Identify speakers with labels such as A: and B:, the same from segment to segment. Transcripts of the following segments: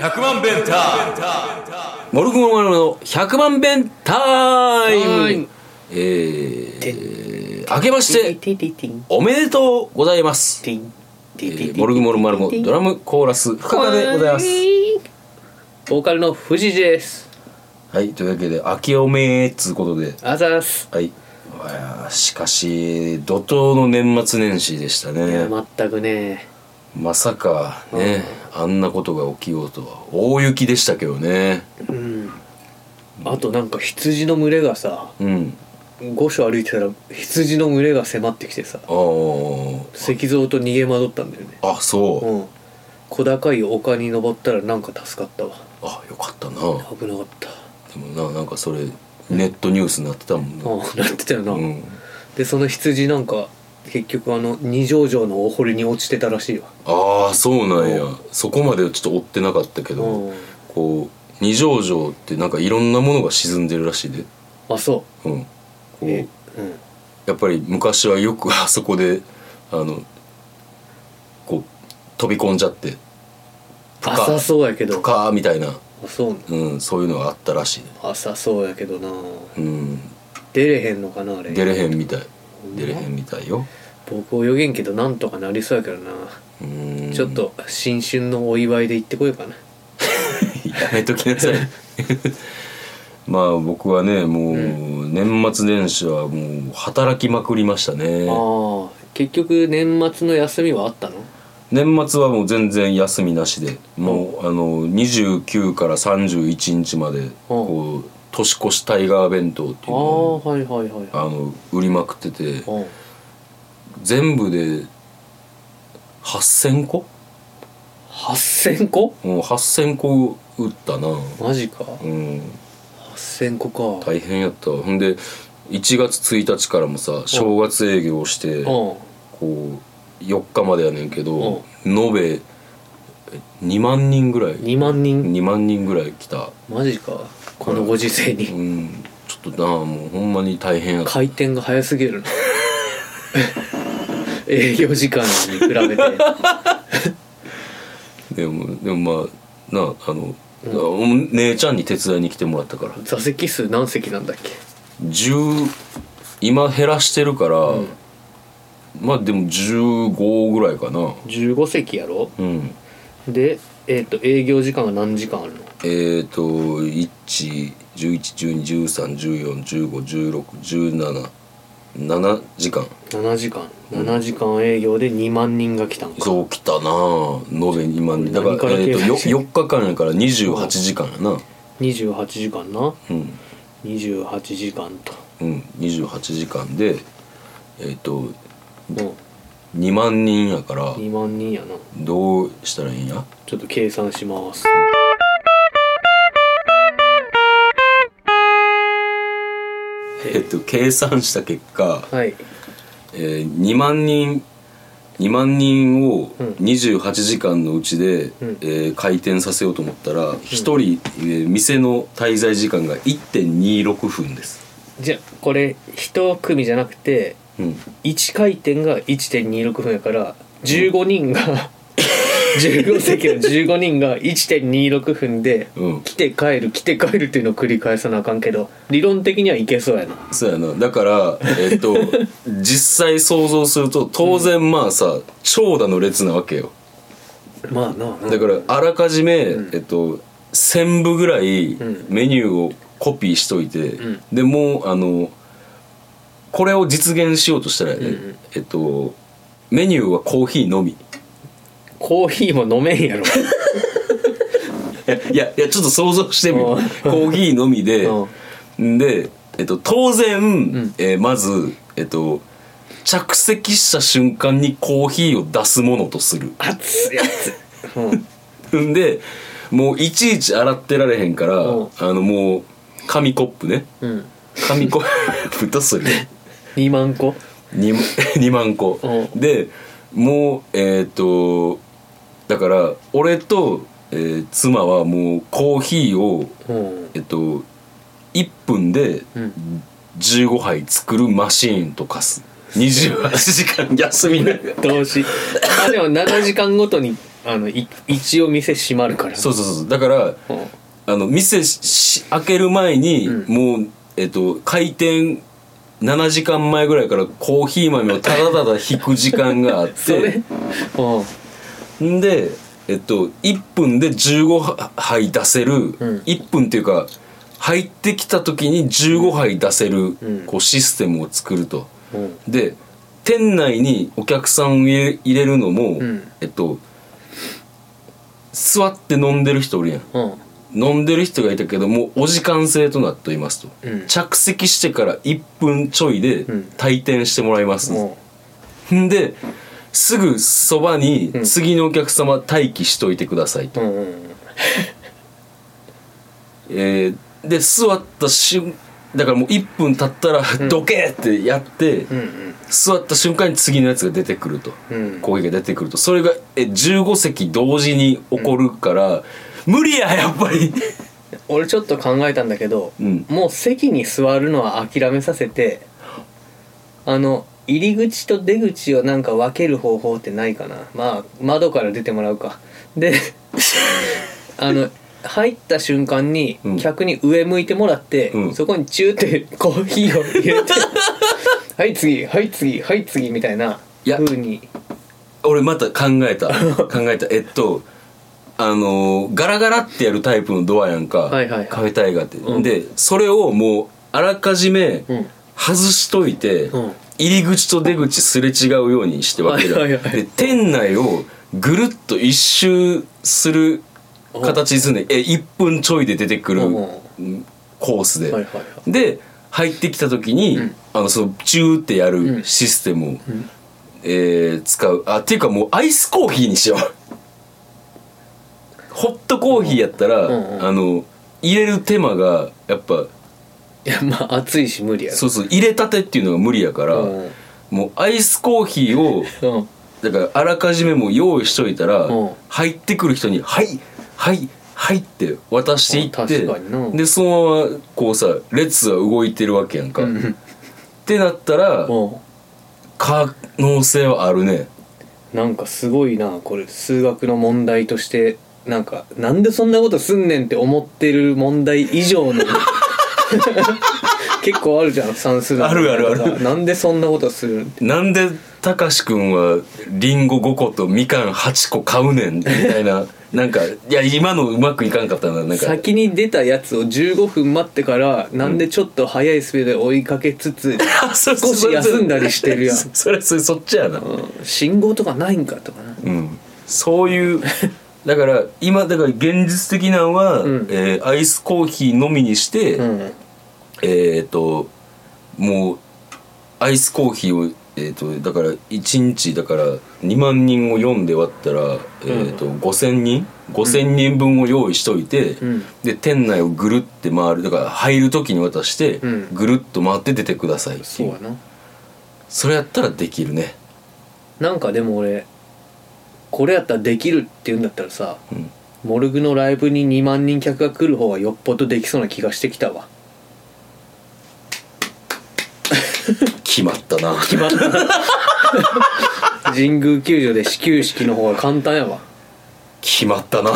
A: 100万弁タモルグモルマルの100万弁タイムえー、明けまして
B: ティティティン
A: おめでとうございます、
B: ティンテ
A: え
B: ィティティ
A: ー
B: ン
A: モルグモルマルモドラムコーラス深田でございます
B: ボーカルの藤次です
A: はいというわけで明けおめっつうことで
B: あざーす
A: はいいやーしかし怒涛の年末年始でした
B: いや
A: ね
B: 全くね
A: まさかねあんなことが起きようとは大雪でしたけどね
B: うんあとなんか羊の群れがさ
A: うん
B: 御所歩いてたら羊の群れが迫ってきてさ
A: あー
B: 石像と逃げ惑ったんだよね
A: あそう、
B: うん小高い丘に登ったらなんか助かったわ
A: あよかったなで
B: 危なかった
A: もななんかそれネットニュースになってたもんな
B: うんなってたよな、
A: うん
B: でその羊なんか結局あの二条城のお堀に落ちてたらしいわ
A: ああそうなんやそこまではちょっと追ってなかったけど
B: うん
A: こう二条城ってなんかいろんなものが沈んでるらしいで
B: あそ
A: うんこ
B: う
A: う
B: え
A: やっぱり昔はよく あそこであのこう飛び込んじゃって
B: うん、
A: 深
B: 浅そうやけ
A: プ
B: ど
A: カーみたいな、
B: あそう
A: うん、そういうのがあったらしいね
B: 浅そうやけどな
A: うん
B: 出れへんのかなあれ
A: 出れへんみたい出れへんみたいよ
B: 僕泳げんけどなんとかなりそうやけどな、
A: うん
B: ちょっと新春のお祝いで行ってこようかな
A: やめときな さいまあ僕はねもう年末年始はもう働きまくりましたね
B: ああ結局年末の休みはあったの
A: 年末はもう全然休みなしでもうあの29から31日までこう年越しタイガー弁当っていう
B: あ
A: の
B: あ
A: を
B: はいはいはい
A: あの売りまくってて
B: うん
A: 全部で8,000個
B: 8,000個
A: もう8,000個売ったな
B: マジか
A: うん
B: 8,000個か、
A: 大変やったわほんで1月1日からもさ正月営業して
B: うん
A: こう4日までやねんけど延べえ2万人ぐらい
B: 2万人
A: 2万人ぐらい来た
B: マジかこのご時世
A: う
B: に
A: んちょっとなあもうほんまに大変やった
B: 回転が早すぎるな 営業時間に比べて
A: でもでもまあなああの、姉ちゃんに手伝いに来てもらったから
B: 座席数何席なんだっけ
A: 10今減らしてるから、まあでも15ぐらいかな
B: 15席やろ
A: うん
B: でえっ、と営業時間が何時間あるの
A: えー、と111121314151617時間
B: 7時間7時間営業で2万人が来たんか
A: そうきたなあ延べ2万人だから
B: 何から
A: えー、と
B: 計算
A: よ
B: してんの
A: 4日間やから28時間やな
B: 28時間な
A: うん、
B: 28時間と
A: うん、28時間でえっ、と
B: も
A: 2万人やから
B: う2万人やな
A: どうしたらいいんや
B: ちょっと計算します
A: えっ、と計算した結果、
B: はい
A: えー、2万人2万人を
B: うん
A: 28時間のうちで、
B: うん
A: えー回転させようと思ったら、一1人、えー店の滞在時間が1.26分です、
B: じゃあこれ1組じゃなくて
A: うん、
B: 1回転が1.26分やから15人 が、15席の15人が1.26分で
A: うん
B: 来て帰る来て帰るっていうのを繰り返さなあかんけど理論的にはいけそうやな
A: そうやなだからえっ、 と実際想像すると当然まあさ、長蛇の列なわけよ
B: まあな
A: だからあらかじめ、えっと、1,000部ぐらい
B: ん
A: メニューをコピーしといて、
B: ん
A: でもうあのこれを実現しようとしたらやね、
B: うんうん
A: えっとメニューはコーヒーのみ
B: コーヒーも飲めんやろ
A: いやいやちょっと想像してみよ
B: うん
A: うコーヒーのみで、で、えっと、当然、えーまず、えっと、着席した瞬間にコーヒーを出すものとする。
B: 熱い熱い、うん、
A: んでもういちいち洗ってられへんから、
B: うん
A: あのもう紙コップね
B: うん、
A: 紙 コップとする
B: 2万個
A: 2, 2万個、
B: う
A: でもうえっ、とだから俺と、えー妻はもうコーヒーを
B: うん
A: えっ、と1分で
B: うん
A: 15杯作るマシーンとかす、 28時間休みながら
B: どうしあでも7時間ごとにあのい一応店閉まるから
A: そうそうそうだから
B: うん
A: あの店しし開ける前に、もう、えっと、開店7時間前ぐらいからコーヒー豆をただただ引く時間があっ
B: それ
A: て
B: うん
A: んで、えっと、1分で15杯出せる、
B: ん
A: 1分っていうか入ってきた時に15杯出せる、
B: うん
A: こうシステムを作ると。
B: うん
A: で店内にお客さんを入れ入れるのも、
B: ん
A: えっと座って飲んでる人おるやん。
B: うん
A: 飲んでる人がいたけどもうお時間制となっておりますと、
B: うん
A: 着席してから1分ちょいで
B: ん
A: 退店してもらいます、
B: も
A: んですぐそばに
B: ん
A: 次のお客様待機しといてくださいと、
B: ううんうん
A: えーで座った瞬だからもう1分経ったらどけってやって、
B: うん
A: 座った瞬間に次のやつが出てくると、
B: うん
A: コーヒーが出てくるとそれがえ15席同時に起こるから、無理ややっぱり
B: 俺ちょっと考えたんだけど、
A: うん
B: もう席に座るのは諦めさせてあの入り口と出口をなんか分ける方法ってないかなまあ窓から出てもらうか であの入った瞬間に
A: うん
B: 客に上向いてもらって、
A: うん
B: そこにチューってコーヒーを 入れてはい次はい次はい次みたいない
A: や
B: 風に
A: 俺また考 えた考えたえっとあのーガラガラってやるタイプのドアやんか、
B: はいはいはい
A: カフェタイガーって、
B: うん
A: でそれをもうあらかじめ
B: うん
A: 外しといて、
B: うん
A: 入り口と出口すれ違うようにして分ける、
B: はいはいはい
A: で店内をぐるっと一周する形にするねえ1分ちょいで出てくる
B: う
A: コースで、
B: はいはいは
A: で入ってきた時に、
B: ん
A: あのそのチューってや
B: う
A: る
B: ん
A: システムを、
B: ん
A: えー使うあっていうかもうアイスコーヒーにしようホットコーヒーやったら、
B: うんうん
A: あの入れる手間がやっぱ
B: いやまあ暑いし無理やろ
A: そうそう入れたてっていうのが無理やから、
B: うん
A: もうアイスコーヒーを
B: うん
A: だからあらかじめもう用意しといたら、
B: うん
A: 入ってくる人に「はいはいはい」って渡してい
B: あ
A: って
B: 確かにな
A: でそのままこうさ列は動いてるわけやんか、
B: うんうん
A: ってなったら
B: うん
A: 可能性はあるね
B: なんかすごいなこれ数学の問題としてなんかなんでそんなことすんねんって思ってる問題以上の結構あるじゃん算数の問題と
A: ある
B: か
A: あるある
B: なんでそんなことするんって
A: なんでたかしくんはリンゴ5個とみかん8個買うねんみたい ななんかいや今のうまくいかんかったななんか
B: 先に出たやつを15分待ってからなんでちょっと速いスピードで追いかけつつ、
A: あそれ
B: 少し休んだりしてるやん
A: それそれそれそっちやな
B: うん信号とかないんかとかな
A: うん、そういう だから今だから現実的なのは、
B: うん
A: えーアイスコーヒーのみにして、
B: うん
A: えっ、ともうアイスコーヒーをえー、とだから1日だから2万人を読んで割ったら、えー、と5,000人5,000人分を用意しといて、
B: ん
A: で店内をぐるって回るだから入る時に渡して、
B: うん
A: ぐるっと回って出てくださいっていう
B: そうやな
A: それやったらできるね
B: なんかでも俺これやったらできるって言うんだったらさ、
A: うん
B: モルグのライブに2万人客が来る方がよっぽどできそうな気がしてきたわ
A: 決まったな
B: 決まった神宮球場で始球式の方が簡単やわ
A: 決まったな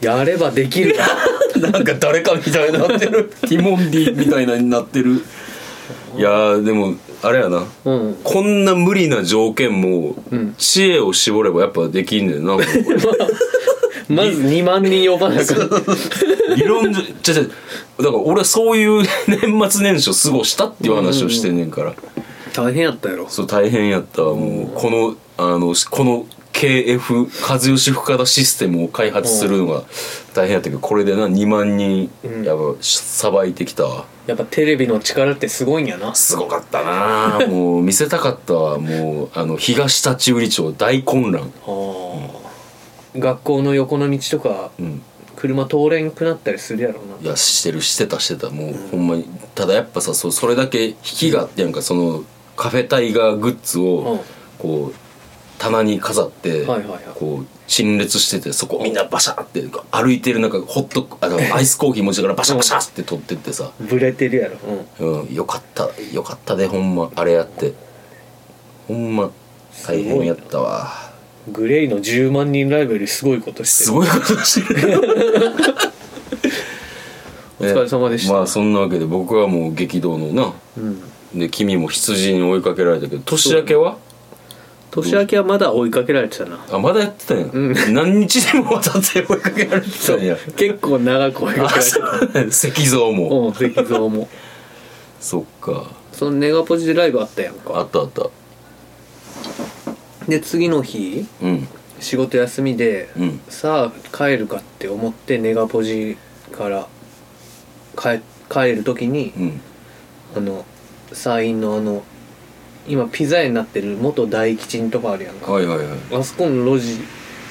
B: やればできるわ
A: なんか誰かみたいになって るティモンディみたいなになってるいやーでもあれやな
B: うん
A: こんな無理な条件も、
B: うん
A: 知恵を絞ればやっぱできんねんな
B: まず2万人呼ばなきゃ
A: 理論上 ちゃちゃだから俺はそういう 年末年始を過ごしたっていう話をしてんねんから、
B: 大変やったやろ
A: そう大変やったわもうこのあのこの KF 和義深田システムを開発するのが大変やったけどこれでな2万人やっぱさばいてきたわ。
B: やっぱテレビの力ってすごいんやな
A: すごかったなあもう見せたかったわもうあの東立売町大混乱
B: 学校の横の道とか
A: うん
B: 車通れんくなったりするやろない
A: やしてるしてたしてたもうほんまにただやっぱさそうそれだけ引きがあってやんかそのカフェタイガーグッズ
B: うん
A: をこう棚に飾って、
B: はいはいはい
A: こう陳列しててそこみんなバシャーって歩いてる中ホットあのアイスコーヒー持ちながらバシャバシャって取ってってさ、
B: ブレてるやろ、うん、
A: うん、よかったよかったでほんまあれやってほんます
B: ごい
A: 大
B: な
A: 変やったわ
B: グレイの10万人ライブよりすごいことして
A: す
B: る
A: ごいことしてる
B: お疲れ様でした
A: まあそんなわけで僕はもう激動のな
B: うん、
A: で君も羊に追いかけられたけど年明けは
B: 年明けはまだ追いかけられてたな
A: あまだやってたんや、
B: うん
A: 何日でもわたって追いかけられてたんや
B: 結構長く追いかけら
A: あ
B: れて
A: そう
B: た
A: なんや石像も、
B: うん石像も
A: そっか
B: そのネガポジでライブあったやん
A: あ
B: か
A: ったあった
B: で次の日
A: うん
B: 仕事休みで、
A: うん
B: さあ帰るかって思ってネガポジから帰帰る時に、
A: うん
B: あの山陰のあの今ピザ屋になってる元大吉んとこあるやんか
A: はいはいはい
B: あそこの路地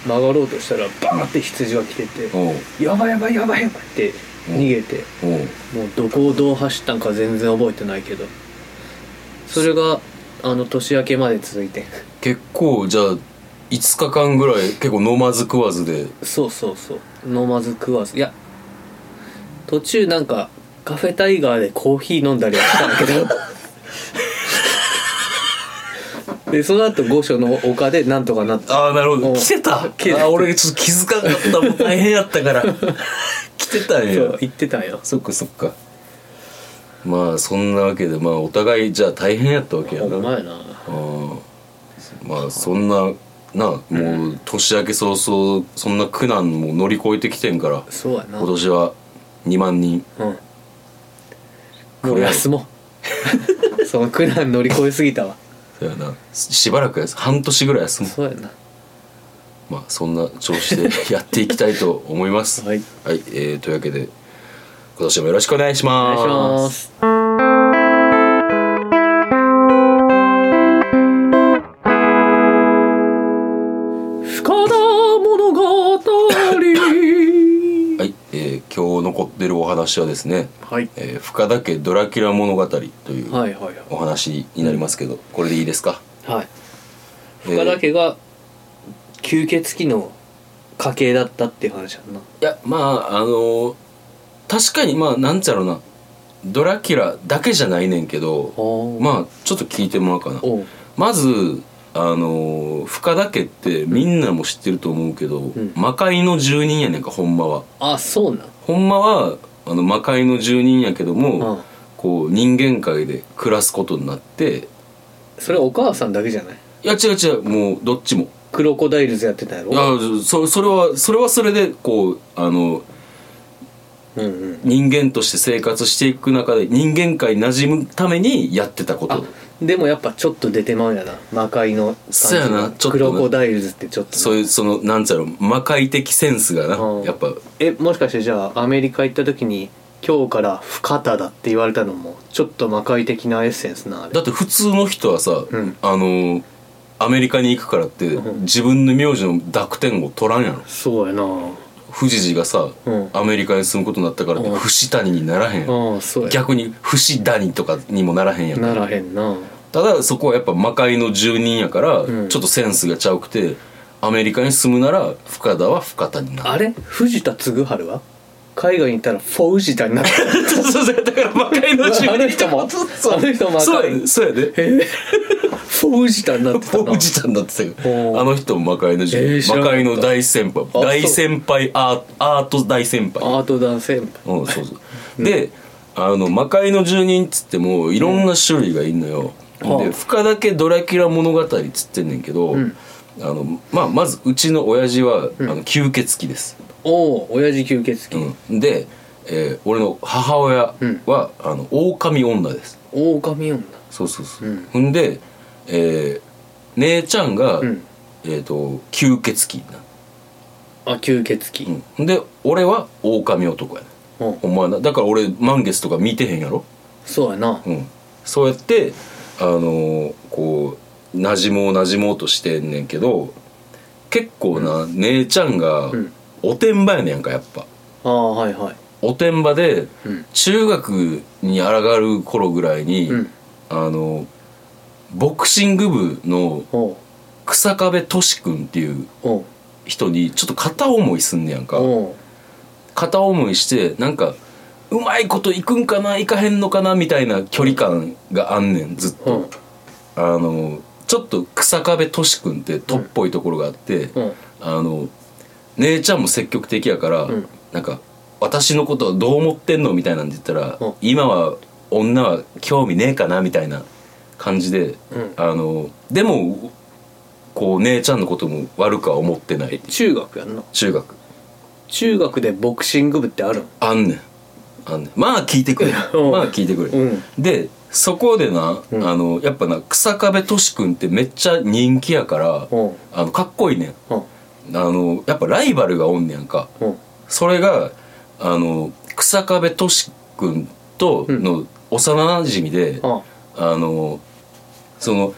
B: 曲がろうとしたらバーって羊が来てて
A: おう
B: 「やばいやばいやばいやばい!」って逃げて、
A: おう
B: もうどこをどう走ったんか全然覚えてないけどそれがあの年明けまで続いて
A: 結構じゃあ5日間ぐらい結構飲まず食わずで
B: そうそうそう飲まず食わずいや途中なんかカフェタイガーでコーヒー飲んだりはしたんだけ どでその後御所の丘でなんとかなった
A: ああなるほ
B: お
A: ど
B: う
A: 来てた
B: 来てた
A: あー俺ちょっと気づかなかったもう大変やったから 来てたんや
B: そう言ってたんよ
A: そっかそっかまあそんなわけでまあお互いじゃあ大変やったわけや
B: お
A: な
B: 前な
A: うんまあそんななもう年明け早々そんな苦難も乗り越えてきてんから
B: そうやな
A: 今年は2万人
B: うんもう休もうその苦難乗り越えすぎたわ
A: そうやなしばらくやす半年ぐらい休む
B: そうやな
A: まあそんな調子でやっていきたいと思います
B: はい、
A: えーというわけで今年もよろしくお願いしま
B: お
A: す
B: 願いします深田物語
A: はい、えー今日残ってるお話はですね
B: はい
A: 「えー深田家ドラキュラ物語」という
B: はいはいはい
A: お話になりますけど、これでいいですか
B: はい
A: えー
B: 深田家が吸血鬼の家系だったっていう話やんない
A: やまああのー確かにまあなんちゃろうなドラキュラだけじゃないねんけど
B: あ
A: まあちょっと聞いてもらおうかな
B: おう
A: まずあのー深田家ってみんなも知ってると思うけど、
B: ん
A: 魔界の住人やねんかほんまは
B: あそうなん
A: ほんまはあの魔界の住人やけども、
B: うん
A: こう人間界で暮らすことになって
B: それはお母さんだけじゃない
A: いや違う違うもうどっちも
B: クロコダイルズやってたやろ
A: いやそそれはそれはそれでこうあの
B: うんうん
A: 人間として生活していく中で人間界に馴染むためにやってたこ
B: あ
A: と
B: でもやっぱちょっと出てまうんやな魔界の感じ
A: そうやなちょっとね
B: クロコダイルズってちょっとね
A: そういうそのなんつうの魔界的センスがな
B: うん
A: やっぱ
B: えもしかしてじゃあアメリカ行った時に今日から不方だって言われたのもちょっと魔界的なエッセンスなあれ
A: だって普通の人はさ、
B: うん
A: あのアメリカに行くからって
B: うん
A: 自分の名字の濁点を取らんやろ
B: そうやな
A: 富士寺がさ、
B: うん
A: アメリカに住むことになったからって
B: うん
A: 伏谷にならへんやん、
B: うんそうや
A: 逆に伏谷とかにもならへんやん
B: ならへんな
A: ただそこはやっぱ魔界の住人やから、
B: ん
A: ちょっとセンスがちゃうくてアメリカに住むなら深田は深田になる
B: あれ藤田嗣治は海外に行ったらフォウジタになった
A: そうそうだから魔界の住人
B: あの人も
A: そう
B: あの人も魔界
A: そうやでそうやで
B: えフォウジタになってた
A: お
B: な
A: じちゃんだってた
B: お
A: よ
B: ー
A: あの人も魔界の住人、
B: えー知らな
A: 魔
B: かった
A: 界の大先輩
B: そう
A: 大先輩アーアート大先輩
B: アート男性みたい
A: うんそうそう、であの魔界の住人っつってもいろんな種類がいんのよ、
B: うんは
A: で
B: あ
A: 深田家ドラキュラ物語っつってんねんけど、
B: ん
A: あのまあ、まずうちの親父は、あの吸血鬼です、
B: おお親父吸血鬼
A: うん、で、えー俺の母親は、あの狼女です
B: 狼女
A: そうそうそう、
B: うん
A: ほんで、えー姉ちゃんが、
B: うん
A: えー、と吸血鬼な、
B: あ吸血
A: う
B: 鬼
A: ん、ほんで俺は狼男やね
B: うん、
A: ほんまやなだから俺満月とか見てへんやろ、
B: そうやな
A: うん、そうやってあのーこうなじもうなじもうとしてんねんけど結構な、姉ちゃんが、
B: うん
A: おてんばやねんかやっぱ
B: ああはいはい
A: おてんばで、
B: うん
A: 中学にあらがる頃ぐらいに、
B: うん
A: あのボクシング部の
B: ほ
A: 草草壁俊君っていう
B: おう
A: 人にちょっと片思いすんねやんか
B: おう
A: 片思いしてなんかうまいこといくんかないかへんのかなみたいな距離感があんねんずっと
B: うん
A: あのちょっと草壁俊君ってとっぽいところがあって、
B: うん
A: あの姉ちゃんも積極的やから、
B: うん
A: なんか「私のことはどう思ってんの?」みたいなんで言ったら「
B: うん
A: 今は女は興味ねえかな」みたいな感じで、
B: うん
A: あのでもこう姉ちゃんのことも悪くは思ってない
B: 中学やんな
A: 中学
B: 中学でボクシング部ってあるん
A: あんねんあんねんまあ聞いてくれ
B: うん
A: まあ聞いてくれ、
B: うん
A: でそこでな、
B: うん
A: あのやっぱな草壁俊君ってめっちゃ人気やから、
B: うん
A: あのかっこいいねん
B: うん
A: あのやっぱライバルがおんねやんか、
B: うん
A: それがあの草壁俊君との幼馴染で、
B: うん
A: あのその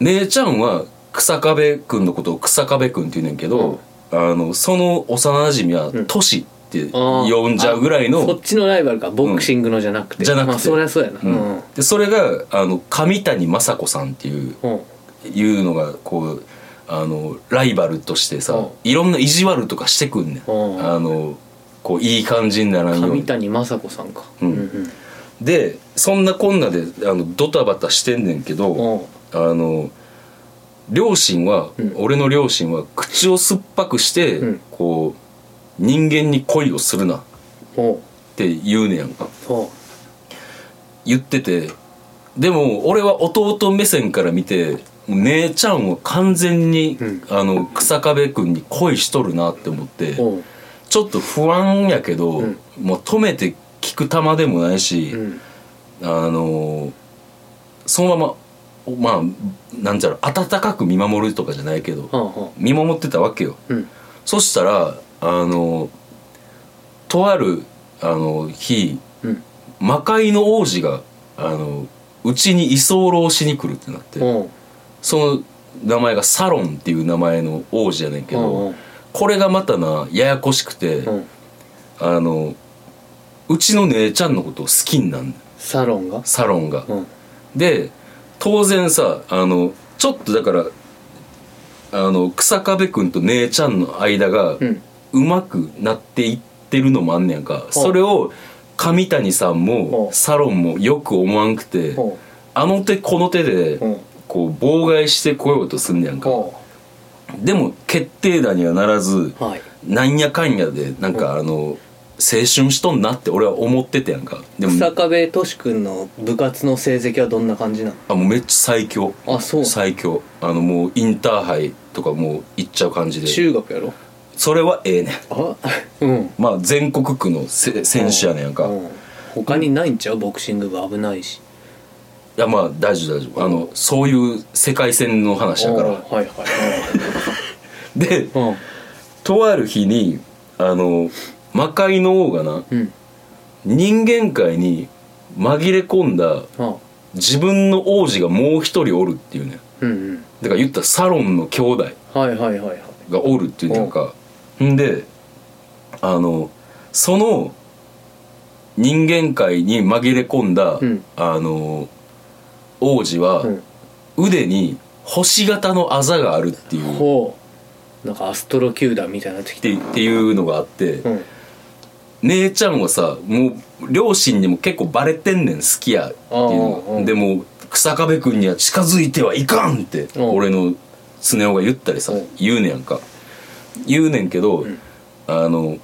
A: 姉ちゃんは草壁君のことを草壁君って言うねんけど、あのその幼馴染は
B: ん
A: トシって呼んじゃうぐらいの、
B: あそっちのライバルかボクシングのじゃなくて、
A: じゃなくて
B: まあそりゃそうやなう
A: うんんでそれがあの上谷雅子さんっていう
B: うん
A: いうのがこうあのライバルとしてさ、
B: うん
A: いろんな意地悪とかしてくんねん、
B: うん
A: あのこういい感じにならんよう
B: 上
A: に
B: 谷雅子さんか
A: うん
B: うん
A: でそんなこんなであのドタバタしてんねんけど、
B: うん
A: あの両親は、
B: うん
A: 俺の両親は口を酸っぱくして、
B: うん
A: こう人間に恋をするなっ
B: おう
A: て言うねやんか
B: おう
A: 言っててでも俺は弟目線から見て姉ちゃんは完全に、
B: うん
A: あの草壁君に恋しとるなって思って
B: おう
A: ちょっと不安やけど、
B: うん
A: もう止めて聞く玉でもないし、
B: うん
A: あのーそのまままあなんちゃら温かく見守るとかじゃないけど
B: はんはん
A: 見守ってたわけよ
B: うん
A: そしたらあのーとあるあの日
B: うん
A: 魔界の王子があのうちに居候しに来るってなって
B: おう
A: その名前がサロンっていう名前の王子やねんけ
B: お
A: ど
B: う
A: これがまたなややこしくて
B: おう
A: あのうちの姉ちゃんのことを好きになんねん
B: サロンが
A: サロンが。
B: うん
A: で当然さあのちょっとだからあの草壁君と姉ちゃんの間が
B: うん
A: うまくなっていってるのもあんねやんか、それを上谷さんも
B: ほう
A: サロンもよく思わんくて
B: おう
A: あの手この手で
B: おう
A: こう妨害してこようとすんねやんか
B: お
A: でも決定打にはならず
B: うはい
A: なんやかんやでなんかあの青春しとんなって俺は思っててやんかでも
B: 草壁俊君の部活の成績はどんな感じなの
A: あもうめっちゃ最強
B: あそう
A: 最強あのもうインターハイとかもう行っちゃう感じで
B: 中学やろ
A: それはええねん
B: あうん
A: まあ全国区のせ選手やねんか
B: う他にないんちゃうボクシング部危ないし
A: いやまあ大丈夫大丈夫あのそういう世界戦の話だか
B: おう
A: ら
B: はいはい
A: で
B: はい
A: とある日にあの魔界の王がな
B: うんうん
A: 人間界に紛れ込んだ
B: あ
A: 自分の王子がもう一人おるっていうねん
B: うんうん
A: だから言ったらサロンの兄弟
B: はいはいはいはい
A: がおるっていうなんかんであのその人間界に紛れ込んだ、
B: うん
A: あの王子は
B: うん
A: 腕に星型のあざがあるっていうっ
B: ほうなんかアストロ球団みたいになってきて
A: てっていうのがあって、
B: うん
A: 姉ちゃんはさもう両親にも結構バレてんねん好きやっていうの
B: ああ
A: がでも草壁君には近づいてはいかんって
B: うん
A: 俺の常雄が言ったりさ
B: うん
A: 言うねやんか言うねんけど、
B: ん
A: あの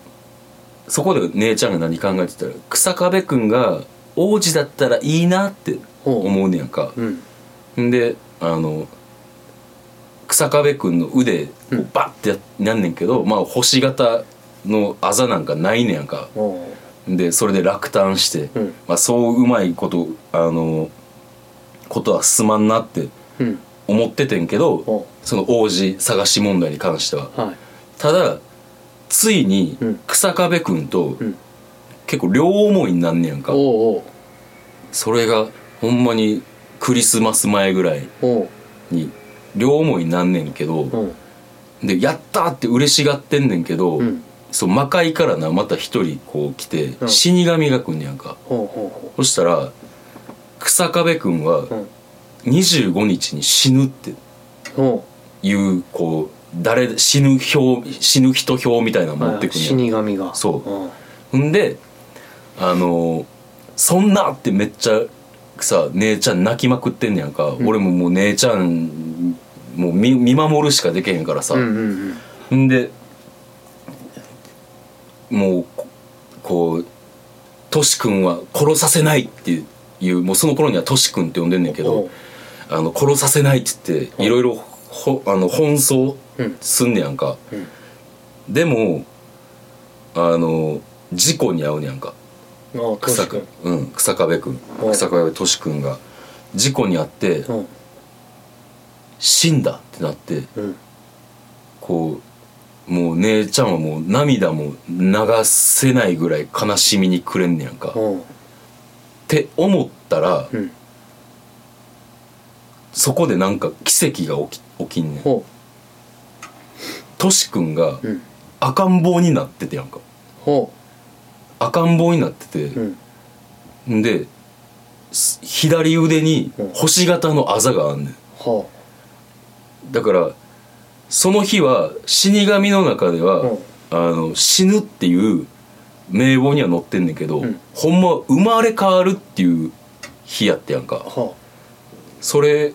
A: そこで姉ちゃんが何考えてたら草壁君が王子だったらいいなって思うねやんか、
B: うん
A: んであの草壁君の腕を
B: うん
A: バッてやっなんねんけど、まあ星型のあざなんかないねやんか、
B: おう
A: でそれで落胆して、
B: うん
A: まあ、そううまいことあのことはすまんなって
B: うん
A: 思っててんけ
B: おう
A: どその王子探し問題に関しては
B: はい
A: ただついに
B: うん
A: 草壁君と
B: うん
A: 結構両思いになんねやんか
B: おう
A: それがほんまにクリスマス前ぐらい
B: おうおう
A: に両思いになんねんけど
B: おう
A: でやったーって嬉しがってんねんけど、
B: うん
A: そう魔界からなまた一人こう来て、
B: うん
A: 死神が来んねやんか
B: ほうほ
A: そしたら草壁君は
B: うほう
A: 25日に死ぬって
B: ほ
A: いうこう誰死ぬ表死ぬ人表みたいなの持ってく
B: 死
A: るんや
B: 神が
A: そうんほんであの「そんな!」ってめっちゃさ姉ちゃん泣きまくってんねやんか、
B: ん
A: 俺ももう姉ちゃんもう見見守るしかできへんからさ、
B: うんうん
A: んでもうここう「トシ君は殺させない」っていうもうその頃にはトシ君って呼んでんねんけ
B: お
A: ど
B: う
A: 「あの殺させない」って言っていろいろほあの奔走
B: うん
A: すんねやんか、
B: うん
A: でもあの事故に遭うねやんか
B: うんああ
A: 草
B: トシ君
A: うん、草壁君
B: お
A: 草壁トシ君が事故に遭って
B: うん
A: 死んだってなって
B: うん
A: こうもう姉ちゃんはもう涙も流せないぐらい悲しみにくれんねやんか、っ
B: うん
A: て思ったら、
B: うん
A: そこでなんか奇跡が起き起きんねん
B: ほ
A: トシ君が
B: ううん
A: 赤ん坊になっててやんか
B: ほ
A: 赤ん坊になってて、
B: ううん
A: ん、です左腕に星型のあざがあんねん
B: ほ
A: だからその日は死神の中では、
B: うん
A: あの死ぬっていう名簿には載ってんねんけど、
B: うん
A: ほんまは生まれ変わるっていう日やってやん
B: う
A: か
B: ほ
A: それ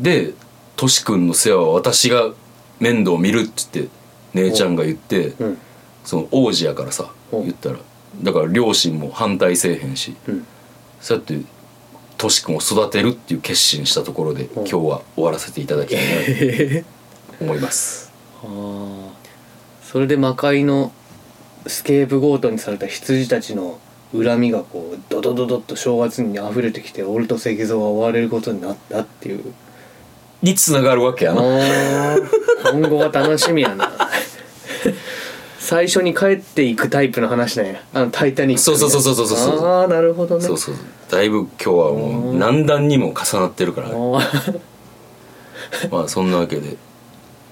A: でトシ君の世話は私が面倒見るっつって姉ちゃんが言って、
B: ううん
A: その王子やからさ、
B: うん
A: 言ったらだから両親も反対せえへんし
B: うん
A: そうやってトシ君を育てるっていう決心したところで、
B: ん
A: 今日は終わらせていただきたいなと
B: へえ
A: 思い ます。
B: ああそれで魔界のスケープゴートにされた羊たちの恨みがこうドドドドッと正月に溢れてきて俺と石像は追われることになったっていう
A: につながるわけやな。
B: あー今後が楽しみやな最初に帰っていくタイプの話なんやあの「タイタニック」
A: そうそうそうそうそうそう
B: ああなるほどね
A: そうそうだいぶ今日はも
B: う
A: うん何段にも重なってるから、ね、
B: あー
A: まあそんなわけで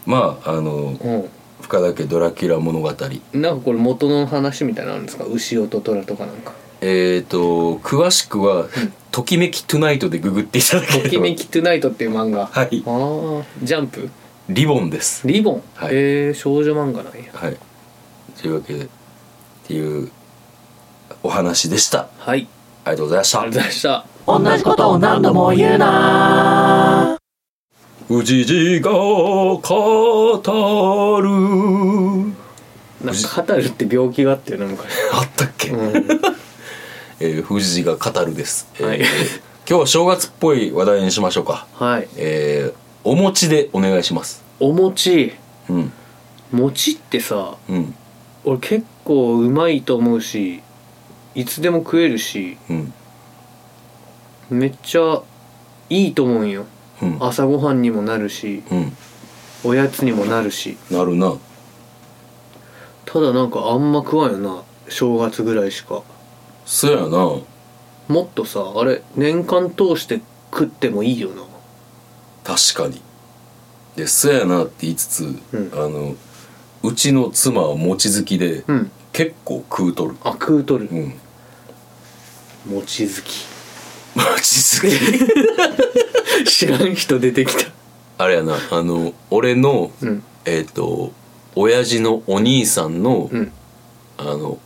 A: まああの深田家ドラキュラ物語
B: うんなんかこれ元の話みたいなのあるんですか牛尾と虎とかなんか
A: えっ、ー、と詳しくは「ときめきトゥナイト」でググっていただ
B: 「と
A: け
B: き
A: れ
B: め
A: ば
B: きトゥナイト」っていう漫画
A: は
B: あ
A: い
B: ージャンプ
A: リボンです
B: リボン、
A: はい
B: えー少女漫画なんや
A: はいというわけでっていうお話でした
B: はい
A: ありがとうございまし
B: あ
A: た
B: りがとうございました
C: 同じことを何度も言うな
A: うじじが語る
B: なんか語るって病気があってなんか、
A: あったっけ、
B: うん、
A: えー、藤井が語るです、えー
B: はい
A: 今日は正月っぽい話題にしましょうか
B: はい
A: えー、お餅でお願いします
B: お餅
A: うん
B: 餅ってさ
A: うん
B: 俺結構うまいと思うしいつでも食えるし
A: うん
B: めっちゃいいと思うんよ
A: うん
B: 朝ごはんにもなるし
A: うん
B: おやつにもなるし
A: なるな
B: ただなんかあんま食わんよな正月ぐらいしか
A: そやな
B: もっとさあれ年間通して食ってもいいよな
A: 確かにでそやなって言いつつ、
B: うん
A: あのうちの妻は餅好きで、
B: うん
A: 結構食うとる
B: あ食うとる
A: うん
B: 餅好き
A: 餅 好き
B: 知らん人出てきた
A: あれやなあの俺の、
B: うん
A: えっ、と親父のお兄さんの、
B: うん
A: あの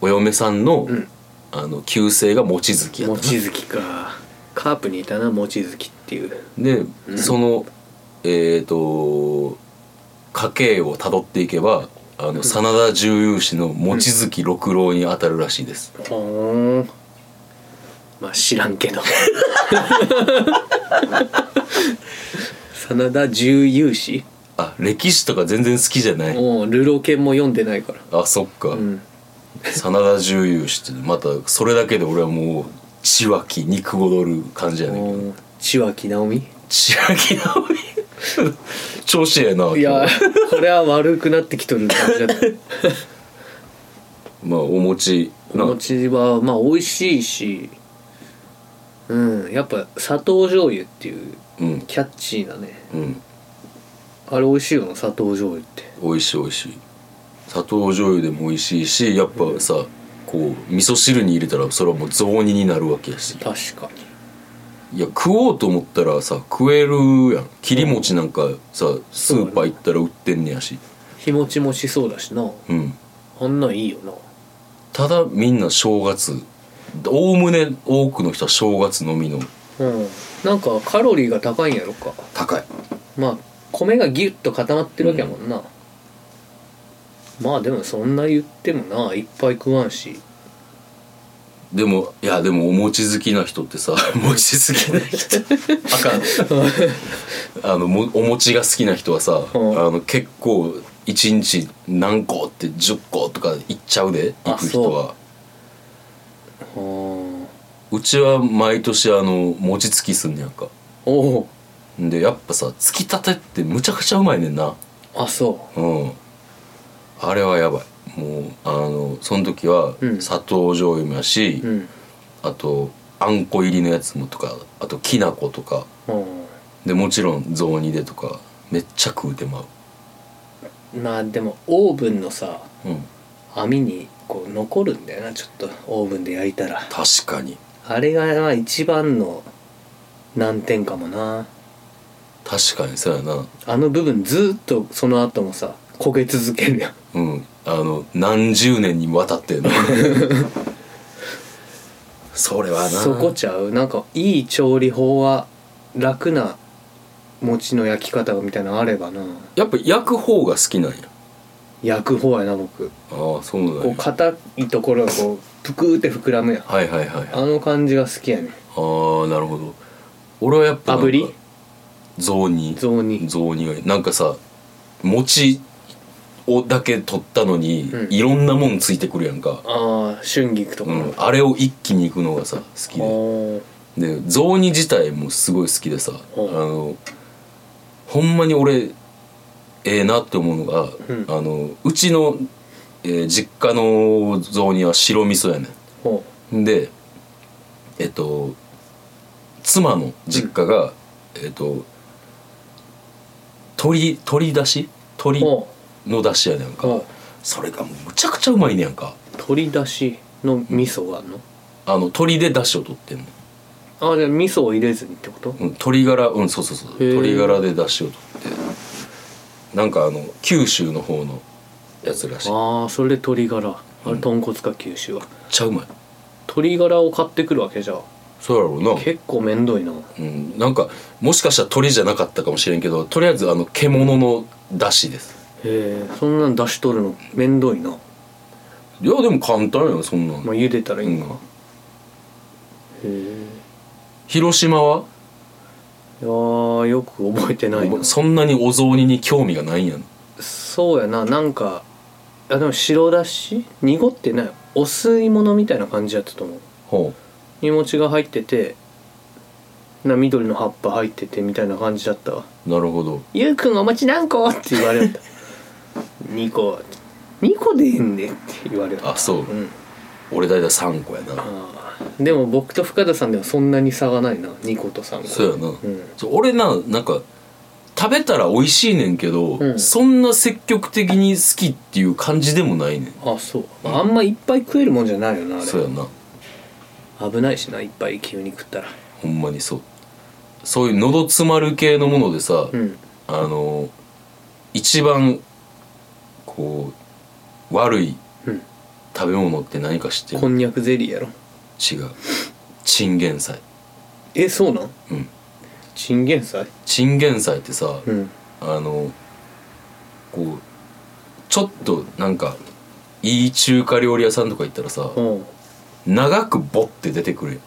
A: お嫁さんの、
B: うん
A: あの旧姓が餅好きやったな
B: 餅好きかカープにいたな餅好きっていう
A: で、そのえっ、と家系をたどっていけばあの真田重勇士の望月六郎に当たるらしいです、
B: ほーんまあ知らんけど真田重勇士
A: あ歴史とか全然好きじゃない、
B: もうルロケンも読んでないから
A: あそっか、
B: うん
A: 真田重勇士ってまたそれだけで俺はもう血湧き肉踊る感じやねんけど
B: もう千脇直美
A: 血湧きな 調子ええない
B: や
A: 今日
B: これは悪くなってきとる感じだった
A: まあお餅
B: お
A: な
B: 餅はまあ美味しいしうんやっぱ砂糖醤油っていう
A: うん
B: キャッチーなね
A: うん
B: あれ美味しいよな砂糖醤油って
A: 美味しい美味しい砂糖醤油でも美味しいしやっぱさこう味噌汁に入れたらそれはもう雑煮になるわけやし
B: 確かに
A: いや食おうと思ったらさ食えるやん切り餅なんかさスーパー行ったら売ってんねやし
B: 日持ちもしそうだしな
A: うん
B: あんなんいいよな
A: ただみんな正月おおむね多くの人は正月のみの
B: うんなんかカロリーが高いんやろか
A: 高い
B: まあ米がギュッと固まってるわけやもんな、まあでもそんな言ってもないっぱい食わんし
A: でもいやでもお餅好きな人ってさ 餅好きな人あかんあのもお餅が好きな人はさ、
B: ん
A: あの結構1日何個って10個とかいっちゃうで
B: あ
A: 行く人は
B: お
A: うちは毎年あの餅つきすんねやんか
B: おう
A: でやっぱさつきたてってむちゃくちゃうまいねんな
B: あそ
A: うんあれはやばいもうあのその時は
B: うん
A: 砂糖醤油もやし、
B: ううん
A: あとあんこ入りのやつもとかあときな粉とか
B: う
A: でもちろん雑煮でとかめっちゃ食うてまうん
B: まあでもオーブンのさ
A: うん
B: 網にこう残るんだよなちょっとオーブンで焼いたら
A: 確かに
B: あれがまあ一番の難点かもな
A: 確かにそうやな
B: あの部分ずっとその後もさ焦げ続けるやん
A: うんあの何十年にもわたっての それはな
B: そこちゃうなんかいい調理法は楽な餅の焼き方みたいなのあればな
A: やっぱ焼く方が好きなんや
B: 焼く方やな僕
A: ああそうなん
B: こう
A: や
B: 硬いところがこうぷくーって膨らむやん
A: はいはいはい
B: あの感じが好きやねん
A: ああなるほど俺はやっぱなんか
B: 炙り
A: 雑煮
B: 雑煮
A: 雑煮がいいなんかさ餅をだけ取ったのに、
B: うん
A: いろんなもんついてくるやんか、
B: ああ春菊とか
A: う
B: も
A: ん、あれを一気にいくのがさ好きで
B: おー
A: で雑煮自体もすごい好きでさあ
B: うん
A: のほんまに俺ええなって思うのが、
B: うん
A: あのうちの、えー実家の雑煮は白味噌やね
B: お
A: んでえっと妻の実家が、えっと鶏鶏だし鶏
B: お
A: のだしやねんか、
B: お
A: それがもうむちゃくちゃうまいねやんか
B: 鶏だしの味噌があんの
A: あの鶏でだしを取ってんの
B: ああじゃあ味噌を入れずにってこと
A: うん鶏ガラうんそうそうそう
B: へー
A: 鶏ガラで出汁を取ってなんかあの九州の方のやつらしいめっ
B: ああそれで鶏ガラあ
A: う
B: れ
A: ん
B: 豚骨か九州は
A: ちゃうまい
B: 鶏ガラを買ってくるわけじゃ
A: そうやろうな、
B: 結構めんどいな
A: うん、なんかもしかしたら鶏じゃなかったかもしれんけどとりあえずあの獣の出汁です
B: へえそんなん出しとるのめんどいな、ま
A: いやでも簡単やんそんなん、
B: あ、茹でたらいいん
A: う
B: か、
A: ん
B: へえ
A: 広島はい
B: やーよく覚えてないな
A: そんなにお雑煮に興味がないんやん
B: そうやななんかいやでも白だし濁ってないお吸い物みたいな感じやったと思う
A: ほ
B: 煮餅が入っててな緑の葉っぱ入っててみたいな感じだったわ
A: うなるほど
B: 「ゆうくんお餅何個?」って言わ れた「2個」2個でええんで」って言われた
A: あそう、
B: うん
A: 俺大体3個やな、
B: あーでも僕と深田さんではそんなに差がないな2個と3個
A: そうやな、
B: ん
A: そう俺ななんか食べたら美味しいねんけど、
B: うん
A: そんな積極的に好きっていう感じでもないねん
B: あそう、まああんまいっぱい食えるもんじゃないよなあ
A: そう
B: れ
A: やな
B: 危ないしないっぱい急に食ったら
A: ほんまにそうそういう喉詰まる系のものでさ、
B: うん
A: あの一番こう悪い
B: うん
A: 食べ物って何か知って
B: こ
A: る
B: んにゃくゼリーやろ
A: 違うチンゲン菜
B: えそうなん
A: うん
B: チンゲン菜
A: チンゲン菜ってさ、
B: うん
A: あのこうちょっとなんかいい中華料理屋さんとか行ったらさ、
B: うんは
A: 長くボッて出てくるやん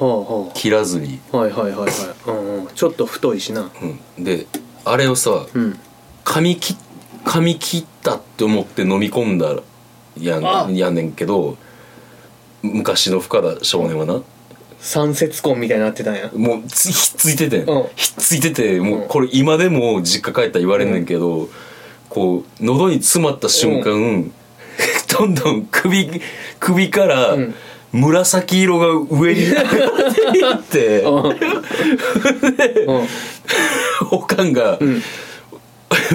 B: あは
A: 切らずに、
B: あはいはいはいはいうんうんちょっと太いしな
A: うん、であれをさ
B: うん
A: 噛み切噛み切ったって思って飲み込んだや
B: あ
A: んやねんけど昔の深田少年はな
B: 三節婚みたいになってたんや
A: もうつひっついてて、
B: うん
A: ひっついてても
B: う
A: うんこれ今でも実家帰ったら言われんねんけど、こう喉に詰まった瞬間、 どんどん首首から
B: うん
A: 紫色が上に上がってい って、
B: うんうん
A: おかんが、
B: ん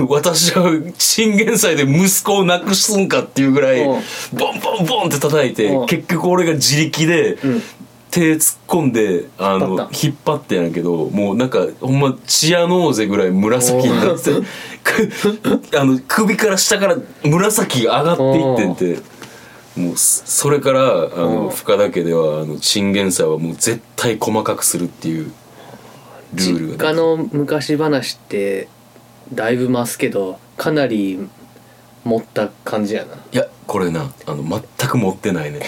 A: 私はチンゲン菜で息子を亡くすんかっていうぐらい
B: うん
A: ボンボンボンって叩いて
B: うん
A: 結局俺が自力で
B: ん
A: 手突っ込んであの
B: 引っ張っ
A: 引っ張ってやんけどもうなんかほんまチアノーゼぐらい紫になってく あの首から下から紫が上がっていってんてもうそそれからあ
B: お
A: の
B: ー
A: 深田家ではあのチンゲン菜はもう絶対細かくするっていうルールが
B: 実家の昔話ってだいぶ増すけどかなり持った感じやない
A: やこれなあの全く持ってないね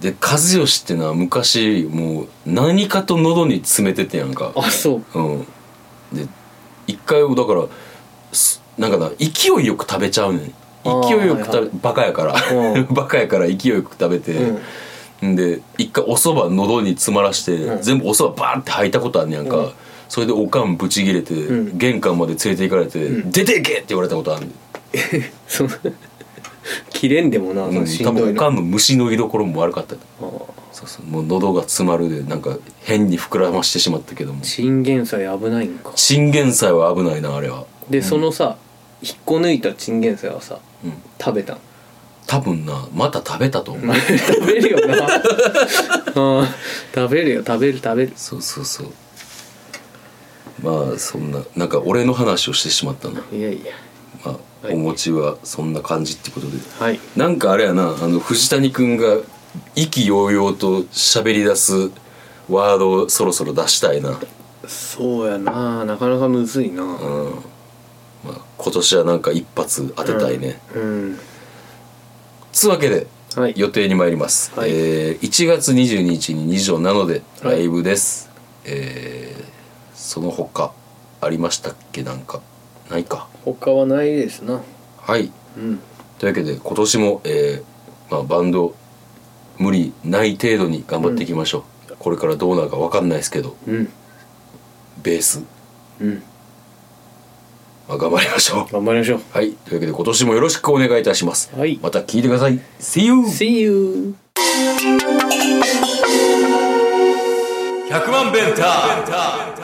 A: で和義ってのは昔もう何かと喉に詰めててやんか
B: あそう
A: うんで一回だからすなんかな勢いよく食べちゃうねん
B: あー
A: 勢いよく食べ、
B: はいはい
A: バカやから
B: うん
A: バカやから勢いよく食べて、
B: うん
A: んで一回おそば喉に詰まらして、
B: うん
A: 全部おそばバーンって吐いたことあんねやんか、
B: うん
A: それでおかんぶち切れて、
B: うん
A: 玄関まで連れて行かれて「出ていけ!」って言われたことあんねん
B: その 切れんでもな、そ
A: うん
B: のし
A: 多
B: んど
A: 分
B: い
A: お
B: の
A: かんの虫の居所も悪かった
B: あ
A: そうそうもう喉が詰まるでなんか変に膨らましてしまったけども
B: チンゲン菜危ないんか
A: チンゲン菜は危ないなあれは
B: でそのさ引っこ抜いたチンゲン菜はさ
A: うん
B: 食べたん
A: 多分なまた食べたと思う、
B: 食べる よなうん食べるよ食べる食べる
A: そうそうそうまあそんななんか俺の話をしてしまったな、
B: いやいや
A: まあ、
B: はい
A: お餅はそんな感じってことで
B: はい
A: なんかあれやなあの藤谷君が意気揚々と喋り出すワードをそろそろ出したいな
B: そうやななかなかむずいな
A: う
B: うん
A: まあ、今年はなんか一発当てたいね、
B: ん
A: つうわけで
B: はい
A: 予定に参ります、
B: はい
A: えー1月22日に2条なので
B: は
A: ラ
B: い
A: イブです、えーその他ありましたっけなんかないか
B: 他はないですな
A: はい
B: うん
A: というわけで今年も、えーまあ、バンド無理ない程度に頑張っていきましょう、これからどうなるか分かんないですけど
B: うん
A: ベース、
B: うん
A: まあ、頑張りましょう
B: 頑張りましょう
A: はいというわけで今年もよろしくお願いいたします、
B: はい
A: また聞いてください See you!
B: See you
A: 100万ベンター